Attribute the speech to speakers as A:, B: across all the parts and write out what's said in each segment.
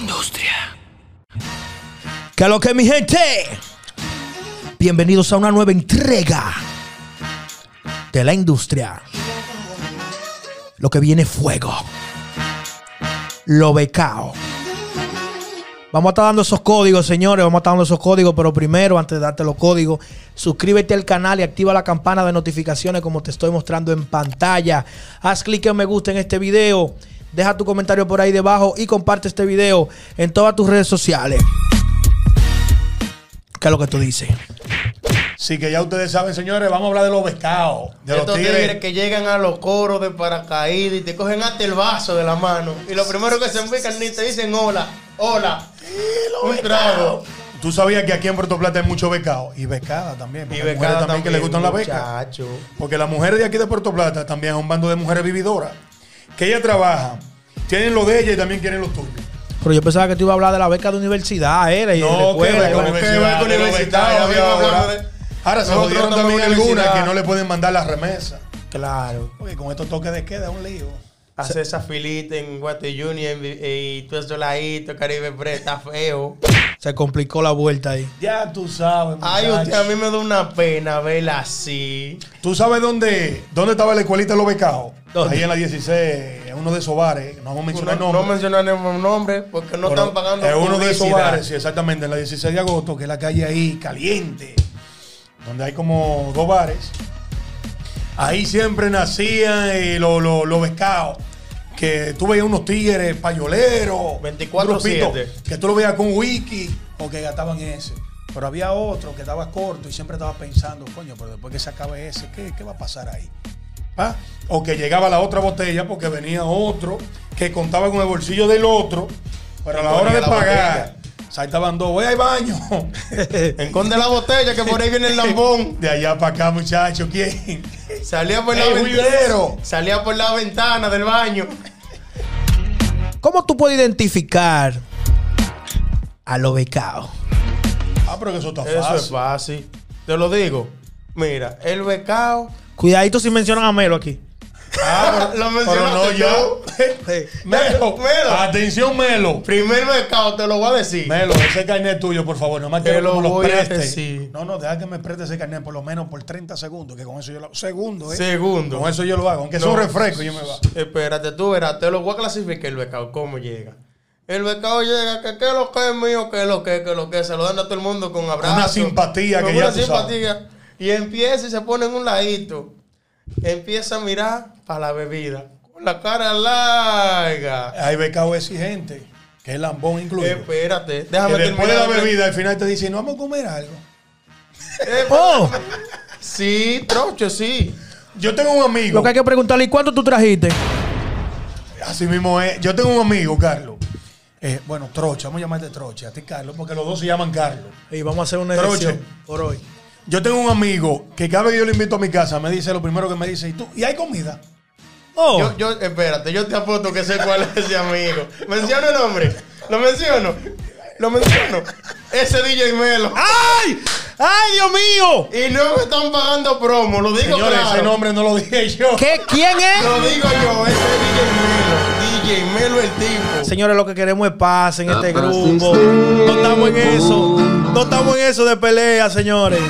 A: Industria.
B: ¿Qué es lo que mi gente? Bienvenidos a una nueva entrega de la industria. Lo que viene es fuego. Lo becao. Vamos a estar dando esos códigos, señores. Vamos a estar dando esos códigos, pero primero, antes de darte los códigos, suscríbete al canal y activa la campana de notificaciones como te estoy mostrando en pantalla. Haz clic en me gusta en este video. Deja tu comentario por ahí debajo y comparte este video en todas tus redes sociales. ¿Qué es lo que tú dices?
C: Sí, que ya ustedes saben, señores, vamos a hablar de los pescados, de los
D: Estos tigres.
C: tigres.
D: que llegan a los coros de paracaídas y te cogen hasta el vaso de la mano. Y lo primero que se enfocan ni te dicen hola, hola. Un trago.
C: Tú sabías que aquí en Puerto Plata hay muchos becados y becadas también. porque hay mujeres
D: becada
C: también que les gustan las becas.
D: Muchacho.
C: Porque las mujeres de aquí de Puerto Plata también es un bando de mujeres vividoras. Que ellas trabajan, tienen lo de ellas y también quieren lo tuyo.
B: Pero yo pensaba que tú ibas a hablar de la beca de universidad, era. Y de
C: No, que
B: escuela,
C: beca
B: y bueno.
D: beca
C: universidad,
D: beca
C: de los
D: universitaria,
C: becados,
D: vengo
C: ahora.
D: hablando de-
C: Ahora se
D: Nosotros
C: jodieron
D: estamos
C: también
D: en
C: algunas
D: universidad.
C: que no le pueden mandar las remesas.
B: Claro.
C: Porque con estos toques de queda es un lío.
D: Hacer esa filita en Guatelluni y tú eso ladito, Caribe Express, está feo.
B: Se complicó la vuelta ahí.
C: Ya tú sabes.
D: Ay,
C: muchacho.
D: usted a mí me da una pena verla así.
C: ¿Tú sabes dónde, dónde estaba la escuelita de los becados?
B: ¿Dónde?
C: Ahí en la 16, en uno de esos bares. No vamos a mencionar
D: No, no
C: nombres.
D: mencionaremos nombres porque no
C: Pero
D: están pagando.
C: Es uno de esos
D: publicidad.
C: bares, sí, exactamente, en la 16 de agosto, que es la calle ahí caliente, donde hay como dos bares. Ahí siempre nacían eh, los los- los pescados. Que tú veías unos tigres payoleros,
D: 24/7.
C: grupitos, que tú lo veías con wiki o que gastaban ese. Pero había otro que daba corto y siempre estaba pensando, coño, pero después que se acabe ese, ¿qué, qué va a pasar ahí? ¿Ah? O que llegaba la otra botella porque venía otro que contaba con el bolsillo del otro, pero a
D: Y
C: la hora
D: ponía
C: de
D: la
C: pagar, saltaban dos, voy al baño.
D: Esconde la botella que por ahí viene el lambón.
C: De allá para acá, muchachos, ¿quién?
D: Salía por la
C: Ey,
D: ventana.
C: juidero.
D: Salía por la ventana del baño.
B: ¿Cómo tú puedes identificar a lo becado?
C: Ah, pero que eso está fácil.
D: Eso es fácil. Te lo digo. Mira, el becao.
B: Cuidadito si mencionan a Melo aquí.
C: Ah, pero
D: Lo
C: no
D: mencionaste
C: yo.
D: tú.
C: Melo,
D: Melo.
C: atención, Melo.
D: Primer becao, te lo voy a decir.
C: Melo, ese carnet es tuyo, por favor. Nomás
D: Te
C: quiero
D: lo
C: que me lo
D: voy a
C: preste.
D: decir.
C: No, no, deja que me preste ese carnet por lo menos por 30 segundos, que con eso yo lo Segundo, ¿eh?
D: Segundo.
C: Con eso yo lo hago. Aunque sea
D: No.
C: un refresco, yo me va.
D: Espérate, tú verás, te lo voy a clasificar el becao, cómo llega. El becao llega, que qué es lo que es mío, que es lo que es, que es lo que es. Se lo dan a todo el mundo con abrazo.
C: Una simpatía
D: Con
C: que
D: una
C: ya tú
D: simpatía. Y empieza y se pone en un ladito. Empieza a mirar para la bebida. Con la cara larga.
C: Hay becado exigente, que es lambón incluido.
D: Espérate,
C: que
D: déjame
C: después de la
D: terminar.
C: bebida, al final te dice, no vamos a comer algo.
D: Eh,
B: ¡Oh!
D: Sí, trocho, sí.
C: Yo tengo un amigo.
B: Lo que hay que preguntarle, ¿y cuánto tú trajiste?
C: Así mismo es. Yo tengo un amigo, Carlos. Eh, bueno, Trocha, vamos a llamarte Trocha, a ti Carlos, porque los dos se llaman Carlos.
B: Y vamos a hacer una
C: Troche.
B: elección por hoy.
C: Yo tengo un amigo que cada vez que yo lo invito a mi casa, me dice lo primero que me dice, ¿y tú? ¿Y hay comida?
B: ¡Oh!
D: Yo, yo, espérate, yo te apuesto que sé cuál es ese amigo. Menciono el nombre. Lo menciono. Lo menciono. Ese DJ Melo.
B: ¡Ay! ¡Ay, Dios mío!
D: Y no me están pagando promo. Lo digo
C: Señores,
D: claro.
C: ese nombre no lo dije yo.
B: ¿Qué? ¿Quién es?
D: Lo digo yo. Ese es DJ Melo. DJ Melo el tipo.
B: Señores, lo que queremos es paz en este grupo. No estamos en eso. No estamos en eso de pelea, señores.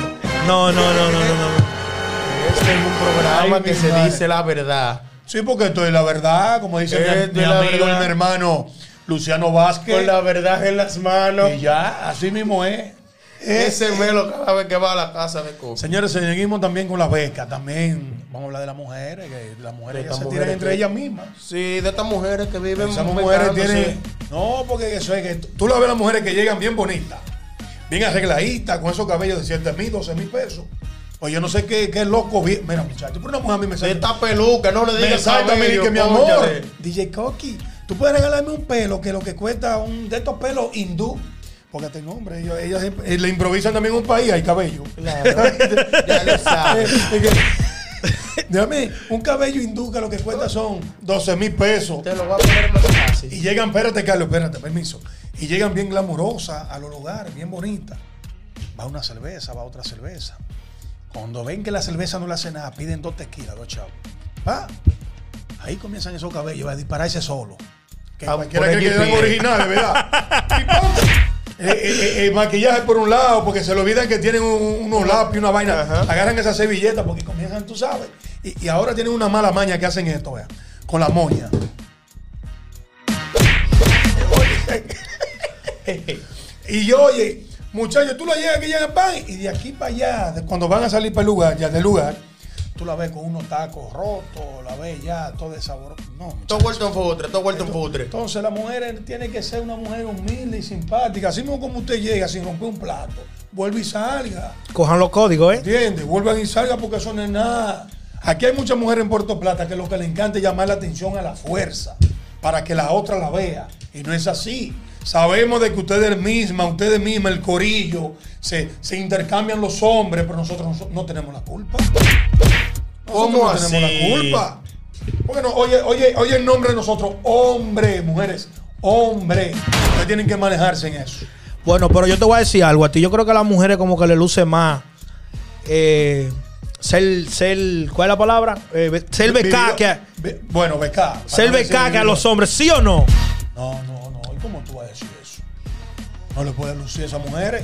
B: No, no, no, no, no. no.
D: Este es un programa
C: Ay,
D: que
C: mi
D: se
C: madre.
D: dice la verdad.
C: Sí, porque esto es la verdad, como dice mi-
D: Esto
C: mi,
D: es la
C: amigo,
D: verdad.
C: y mi hermano Luciano Vázquez.
D: Con la verdad en las manos. Eh.
C: Y ya, así mismo es.
D: Ese Melo cada vez que va a la casa de cosas.
C: Señores, seguimos también con las becas. También vamos a hablar de las mujeres, que las mujeres
D: De
C: ya
D: estas
C: se
D: mujeres
C: tiran entre
D: que-
C: ellas mismas.
D: Sí, de estas mujeres que viven
C: Esas mujeres
D: pegándose.
C: tienen. No, porque eso es que tú- tú la ves a las mujeres que llegan bien bonitas, bien arregladitas, con esos cabellos de 7 mil, 12 mil pesos. O yo no sé qué, qué loco. vi- Mira, muchachos, pero una mujer a mí me
D: De
C: salta.
D: esta peluca, no le
C: Me
D: digas
C: salta a mí
D: cabello,
C: que mi
D: cónchale.
C: amor. DJ Coqui, tú puedes regalarme un pelo que lo que cuesta un de estos pelos hindú. Porque tengo hombre, ellos, ellos siempre- eh, le improvisan también un país, hay cabello.
D: ya lo sabes.
C: Eh, que- Déjame, un cabello hindú que lo que cuesta son 12 mil pesos.
D: Te lo voy a poner más
C: Y
D: fácil.
C: llegan, espérate, Carlos, espérate, permiso. Y llegan bien glamurosas a los lugares, bien bonitas. Va una cerveza, va otra cerveza. Cuando ven que la cerveza no le hace nada, piden dos tequilas, dos chavos. Va. Ahí comienzan esos cabellos a dispararse solo. Que
D: Ah,
C: cualquiera
D: poner
C: cree que
D: GPS.
C: eran originales, ¿verdad? Y ponte, eh, eh, eh, maquillaje por un lado, porque se lo olvidan que tienen un- unos lápiz, una vaina.
D: Ajá.
C: Agarran esas servilletas porque comienzan, tú sabes. Y, y ahora tienen una mala maña que hacen esto, vean. Con la moña. Y yo, oye, muchachos, tú la llegas que llegan pan y de aquí para allá, de cuando van a salir para el lugar, ya del lugar, tú la ves con unos tacos rotos, la ves ya todo desabor. No,
D: Todo vuelto en futre, todo vuelto en futre.
C: entonces la mujer tiene que ser una mujer humilde y simpática, así mismo como usted llega sin romper un plato, vuelve y salga,
B: Cojan los códigos, ¿eh?
C: ¿entiendes? Vuelvan y salga porque eso no es nada. Aquí hay muchas mujeres en Puerto Plata que lo que le encanta es llamar la atención a la fuerza, para que la otra la vea, y no es así. Sabemos de que ustedes mismas, ustedes mismas, el corillo, se, se intercambian los hombres, pero nosotros no, no tenemos la culpa. Nosotros
D: ¿Cómo
C: no tenemos
D: así?
C: la culpa. Porque no, oye, oye, oye el nombre de nosotros, hombre, mujeres, hombre. Ustedes tienen que manejarse en eso.
B: Bueno, pero yo te voy a decir algo a ti. Yo creo que a las mujeres como que le luce más eh, ser, ser, ¿cuál es la palabra? Eh, be- ser becá
C: Vivido-
B: que, a-
C: Be- bueno, becá.
B: ser
C: Para no decir
B: becá que a
C: vivido.
B: los hombres, ¿sí o no?
C: No, no, no. ¿Y cómo tú vas a decir eso? No le puedes lucir a esas mujeres.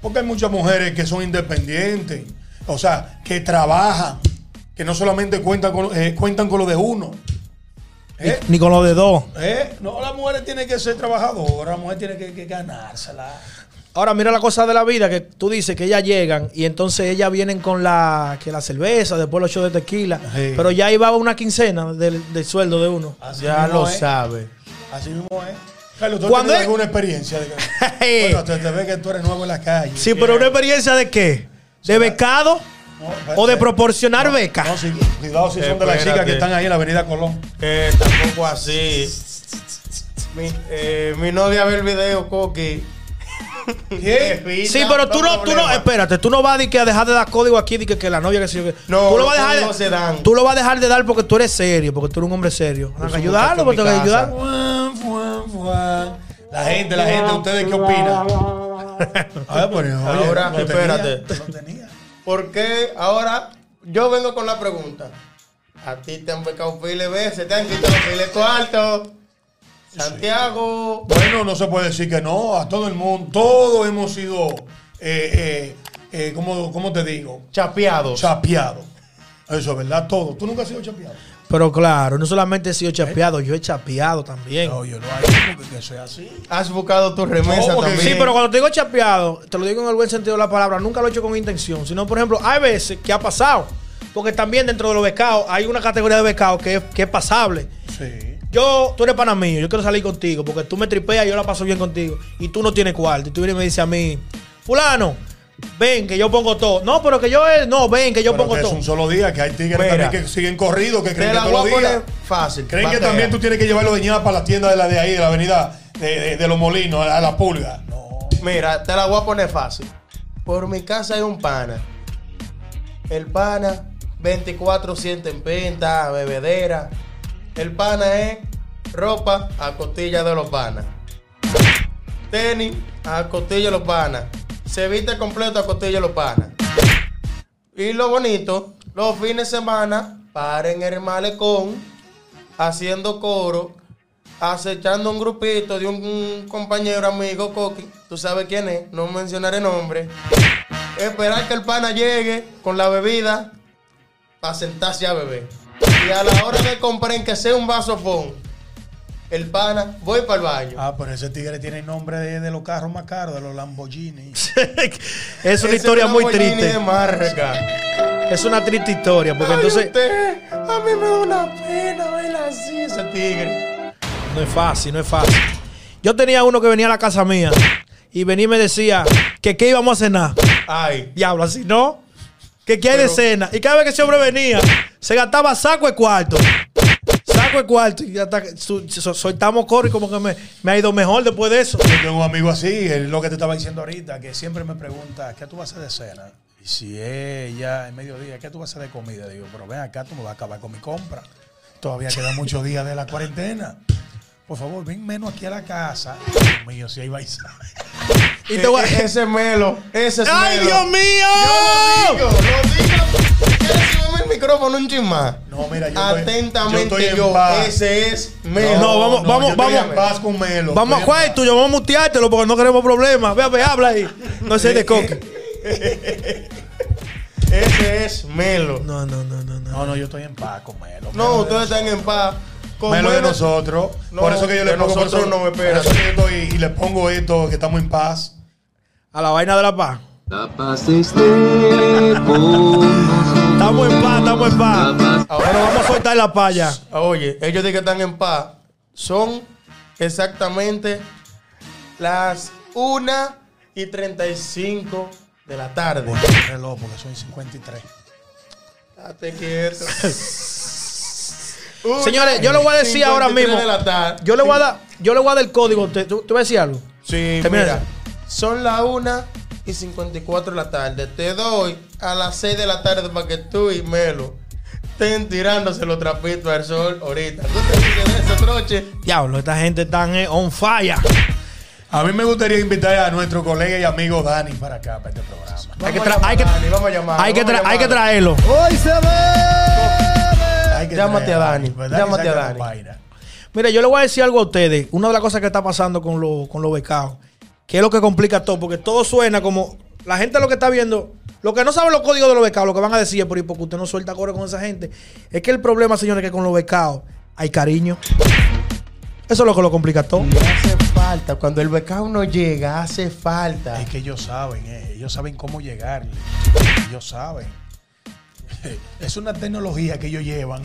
C: Porque hay muchas mujeres que son independientes. O sea, que trabajan. Que no solamente cuentan con, eh, cuentan con lo de uno. ¿Eh?
B: Ni con los de dos.
C: ¿Eh? No, las mujeres tienen que ser trabajadoras. La mujer tiene que, que ganársela.
B: Ahora mira la cosa de la vida que tú dices que ellas llegan y entonces ellas vienen con la que la cerveza, después los shows de tequila,
C: Sí.
B: pero ya iba una quincena del, del sueldo de uno.
C: Así
D: Ya
C: mismo ¿eh?
D: lo
C: es.
D: sabe.
C: Así mismo es. Carlos, ¿tú
B: Cuando
C: tienes
B: es-
C: alguna experiencia? De que, bueno, te, te ve que tú eres nuevo en la calle.
B: Sí, pero una experiencia de qué? ¿De becado?
C: No,
B: ¿O de
C: espérate.
B: proporcionar beca?
C: No, sí, cuidado si son de las chicas
D: Espérate.
C: que están ahí en la Avenida Colón.
D: Que tampoco así. Mi, eh, mi novia ve el video, Coqui.
C: ¿Quién?
B: Sí, pero tú no, tú no, espérate, tú no vas de que a dejar de dar código aquí, de que, que la novia que se yo que-
D: No,
B: tú lo
D: los
B: vas a dejar, de-
D: códigos se dan.
B: tú lo vas a dejar de dar porque tú eres serio, porque tú eres un hombre serio. Hay que
D: soy
B: ayudarlo,
D: muchacho en
B: porque
D: mi
B: hay que
D: casa.
B: ayudarlo.
C: Fuan, fuan, fuan. La gente, la gente, ¿ustedes qué opinan? A ver, pues, oye,
D: Ahora,
C: lo tenía,
D: espérate.
C: lo tenía.
D: ¿Por qué ahora yo vengo con la pregunta? A ti te han pecado pile veces, te han quitado pile cuarto. Santiago.
C: Bueno, no se puede decir que no, a todo el mundo, todos hemos sido, eh, eh, eh, ¿cómo, cómo te digo?
D: Chapeado.
C: Chapeados. Eso es verdad, todo. ¿Tú nunca has sido chapeado?
B: Pero claro, no solamente he sido
D: ¿Eh?
B: chapeado, yo he chapeado también.
C: No, yo no hay porque que sea así.
D: Has buscado tu remesa
C: No, porque-
D: también.
B: Sí, pero cuando te digo chapeado, te lo digo en el buen sentido de la palabra, nunca lo he hecho con intención, sino, por ejemplo, hay veces que ha pasado, porque también dentro de los becados hay una categoría de becados que es, que es pasable.
C: Sí.
B: Yo, tú eres pana mío, yo quiero salir contigo, porque tú me tripeas y yo la paso bien contigo, y tú no tienes cuarto, y tú vienes y me dices a mí, fulano, ven que yo pongo todo. No, pero que yo, eh, no, ven que yo
C: Pero
B: pongo
C: que es
B: todo.
C: un solo día, que hay tigres
D: Mira.
C: también que siguen corridos, que creen
D: Te
C: que
D: la
C: todos los
D: voy a
C: días.
D: poner fácil.
C: ¿Creen que
D: batea.
C: también tú tienes que llevarlo de ñapa a la tienda de la de ahí, de la avenida de, de- de los molinos, a la, a la pulga? No.
D: Mira, te la voy a poner fácil. Por mi casa hay un pana. El pana, 24-7 en venta, bebedera. El pana es ropa a costilla de los panas. Tenis a costilla de los panas. Se viste completo a costilla de los panas. Y lo bonito, los fines de semana, paren el malecón, haciendo coro, acechando un grupito de un compañero amigo Coqui, tú sabes quién es, no mencionaré nombre. Esperar que el pana llegue con la bebida para sentarse a beber. Y a la hora de comprar que sea un vaso fón, el pana, voy para el baño.
C: Ah, pero ese tigre tiene el nombre de, de los carros más caros, de los Lamborghini.
B: es una
D: Ese
B: historia muy
D: Lamborghini
B: triste.
D: de marca.
B: Es una triste historia, porque
D: Ay,
B: entonces
D: usted, Eh, a mí me da una pena ver así ese tigre.
B: No es fácil, no es fácil. Yo tenía uno que venía a la casa mía y venía y me decía que qué íbamos a cenar.
D: Ay.
B: Diablo, así no. Que qué hay de
D: Pero-
B: cena. Y cada vez que ese hombre venía, se gastaba saco de cuarto. Saco de cuarto. Y hasta que su- so- soltamos coro y como que me, me ha ido mejor después de eso.
C: Yo tengo un amigo así, es lo que te estaba diciendo ahorita, que siempre me pregunta, ¿qué tú vas a hacer de cena? Y si es ya en mediodía, ¿qué tú vas a hacer de comida? Digo, pero ven acá, tú me vas a acabar con mi compra. Todavía quedan muchos días de la cuarentena. Por favor, ven menos aquí a la casa. Dios mío, si ahí va Isabel.
B: Y te voy a-
D: E- e- Ese melo, ese es
B: ¡Ay,
D: melo.
B: Dios mío!
D: Yo lo digo, lo digo. Quiero que me micrófono un chin más.
C: No, mira, yo estoy-
D: Atentamente
C: yo estoy en
D: yo.
C: paz.
D: Ese es
C: No,
D: Melo.
B: No, vamos,
C: no,
B: vamos,
C: yo estoy
B: vamos.
C: en paz con Melo.
B: Vamos a
C: Estoy en
B: cuál tuyo, vamos a muteártelo porque no queremos problemas. Ve a ver, habla ahí. No sé de coque.
D: Ese es Melo. No,
B: No, no, no, no, no.
C: No, no, yo estoy en paz con Melo.
D: ustedes están en paz. Con
C: Melo de
D: Melo-
C: nosotros.
D: No,
C: por eso que yo le
D: de
C: pongo.
D: nosotros
C: por eso-
D: no, espérate.
C: por eso que yo estoy- y le pongo esto, que estamos en paz.
B: A la vaina de la paz.
A: La paz esté con nosotros.
B: Estamos en paz, estamos en
A: La
B: paz.
A: paz
B: Pero
D: Ahora
B: vamos a soltar la paya.
D: Ah, Oye, ellos de que están en paz son exactamente las 1 y 35 de la tarde.
C: Ponte el reloj porque soy 53.
D: Date quieto. Una
B: Señores, yo le voy a decir
D: 53
B: ahora mismo.
D: de la tarde.
B: Yo le voy a dar, yo le voy a dar el código. ¿Te- ¿Tú, tú vas a decir algo?
D: Sí,
B: Termina.
D: mira. Son las 1 y 54 de la tarde. Te doy a las 6 de la tarde para que tú y Melo estén tirándose los trapitos al sol ahorita. ¿Tú te sigues de eso, troche?
B: Diablo, esta gente está eh, on fire.
C: A mí me gustaría invitar a nuestro colega y amigo Dani para acá, para este programa.
B: Hay que,
D: Vamos a
B: tra- hay que,
D: llamar a Dani, vamos a llamar,
B: hay que,
D: vamos a
B: tra- hay que
D: llamar.
B: traerlo.
D: Hoy se ve.
C: Hay que
D: Llámate
C: traer
D: a Dani,
C: ¿verdad?
D: llámate
C: Que
D: a
C: saque
D: Dani.
C: la vaina.
B: Mira, yo le voy a decir algo a ustedes. Una de las cosas que está pasando con, lo- con los becados, que es lo que complica todo, porque todo suena como. La gente lo que está viendo, lo que no sabe los códigos de los becados, lo que van a decir es por ahí, porque usted no suelta corre con esa gente. Es que el problema, señores, es que con los becados hay cariño. Eso es lo que lo complica todo.
D: No hace falta. Cuando el becado no llega, hace falta.
C: Es que ellos saben, eh, ellos saben cómo llegarle. Ellos saben. Es una tecnología que ellos llevan.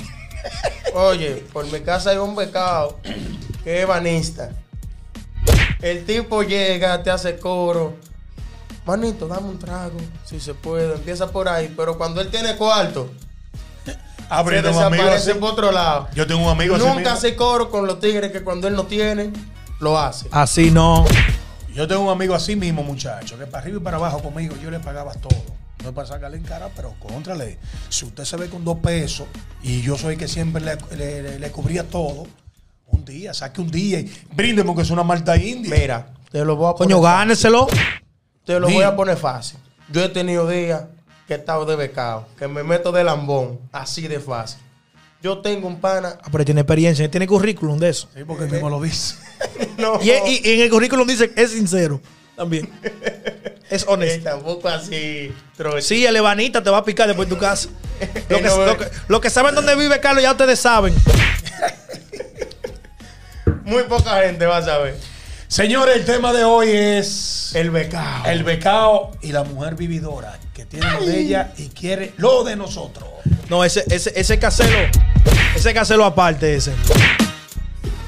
D: Oye, por mi casa hay un becado que es banista. El tipo llega, te hace coro. Manito, dame un trago, si se puede. Empieza por ahí. Pero cuando él tiene cuarto,
C: Abre
D: se
C: un amigo
D: desaparece
C: así.
D: por otro lado.
C: Yo tengo un amigo así
D: Nunca
C: mismo.
D: hace coro con los tigres que cuando él no tiene, lo hace.
B: Así no.
C: Yo tengo un amigo así mismo, muchacho, que para arriba y para abajo conmigo yo le pagaba todo. No es para sacarle en cara, pero contrale. Si usted se ve con dos pesos y yo soy el que siempre le, le- le- le cubría todo, un día, saque un día y bríndeme que es una malta india.
D: Mira, te lo voy a poner.
B: Coño, gáneselo.
D: Te lo
C: Mira.
D: voy a poner fácil. Yo he tenido días que he estado de becado, que me meto de lambón, así de fácil. Yo tengo un pana.
B: Ah, pero tiene experiencia, tiene currículum de eso.
C: Sí, porque él mismo lo dice.
D: No,
B: Y, y- y en el currículum dice que es sincero también. Es
D: eh,
B: honesto.
D: tampoco así, troche.
B: Sí, el ebanita te va a picar después de tu casa. Lo que,
D: Eh, no,
B: lo que- lo que saben dónde vive Carlos ya ustedes saben.
D: Muy poca gente va a saber.
C: Señores, el tema de hoy es el,
D: El becado.
C: becao y la mujer vividora que tiene lo de ella y quiere lo de nosotros.
B: No, ese, ese, ese caselo, ese caselo aparte ese.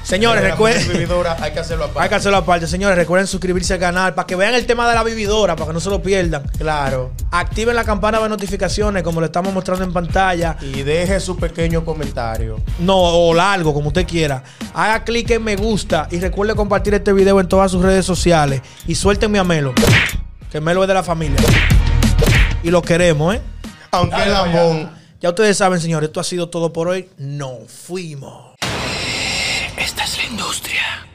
B: Señores,
D: La mujer
B: recuerden,
D: vividora, hay que hacerlo
B: hay
D: aparte.
B: caselo aparte. Señores, recuerden suscribirse al canal para que vean el tema de la vividora, para que no se lo pierdan.
D: Claro.
B: Activen la campana de notificaciones, como lo estamos mostrando en pantalla.
D: Y deje su pequeño comentario.
B: No, o largo, como usted quiera. Haga clic en me gusta y recuerde compartir este video en todas sus redes sociales. Y suéltenme a Melo, que Melo es de la familia. Y lo queremos, ¿eh?
D: Aunque
C: Dale,
D: el lambón.
B: Ya ustedes saben, señores, esto ha sido todo por hoy. No fuimos.
E: Esta es la industria.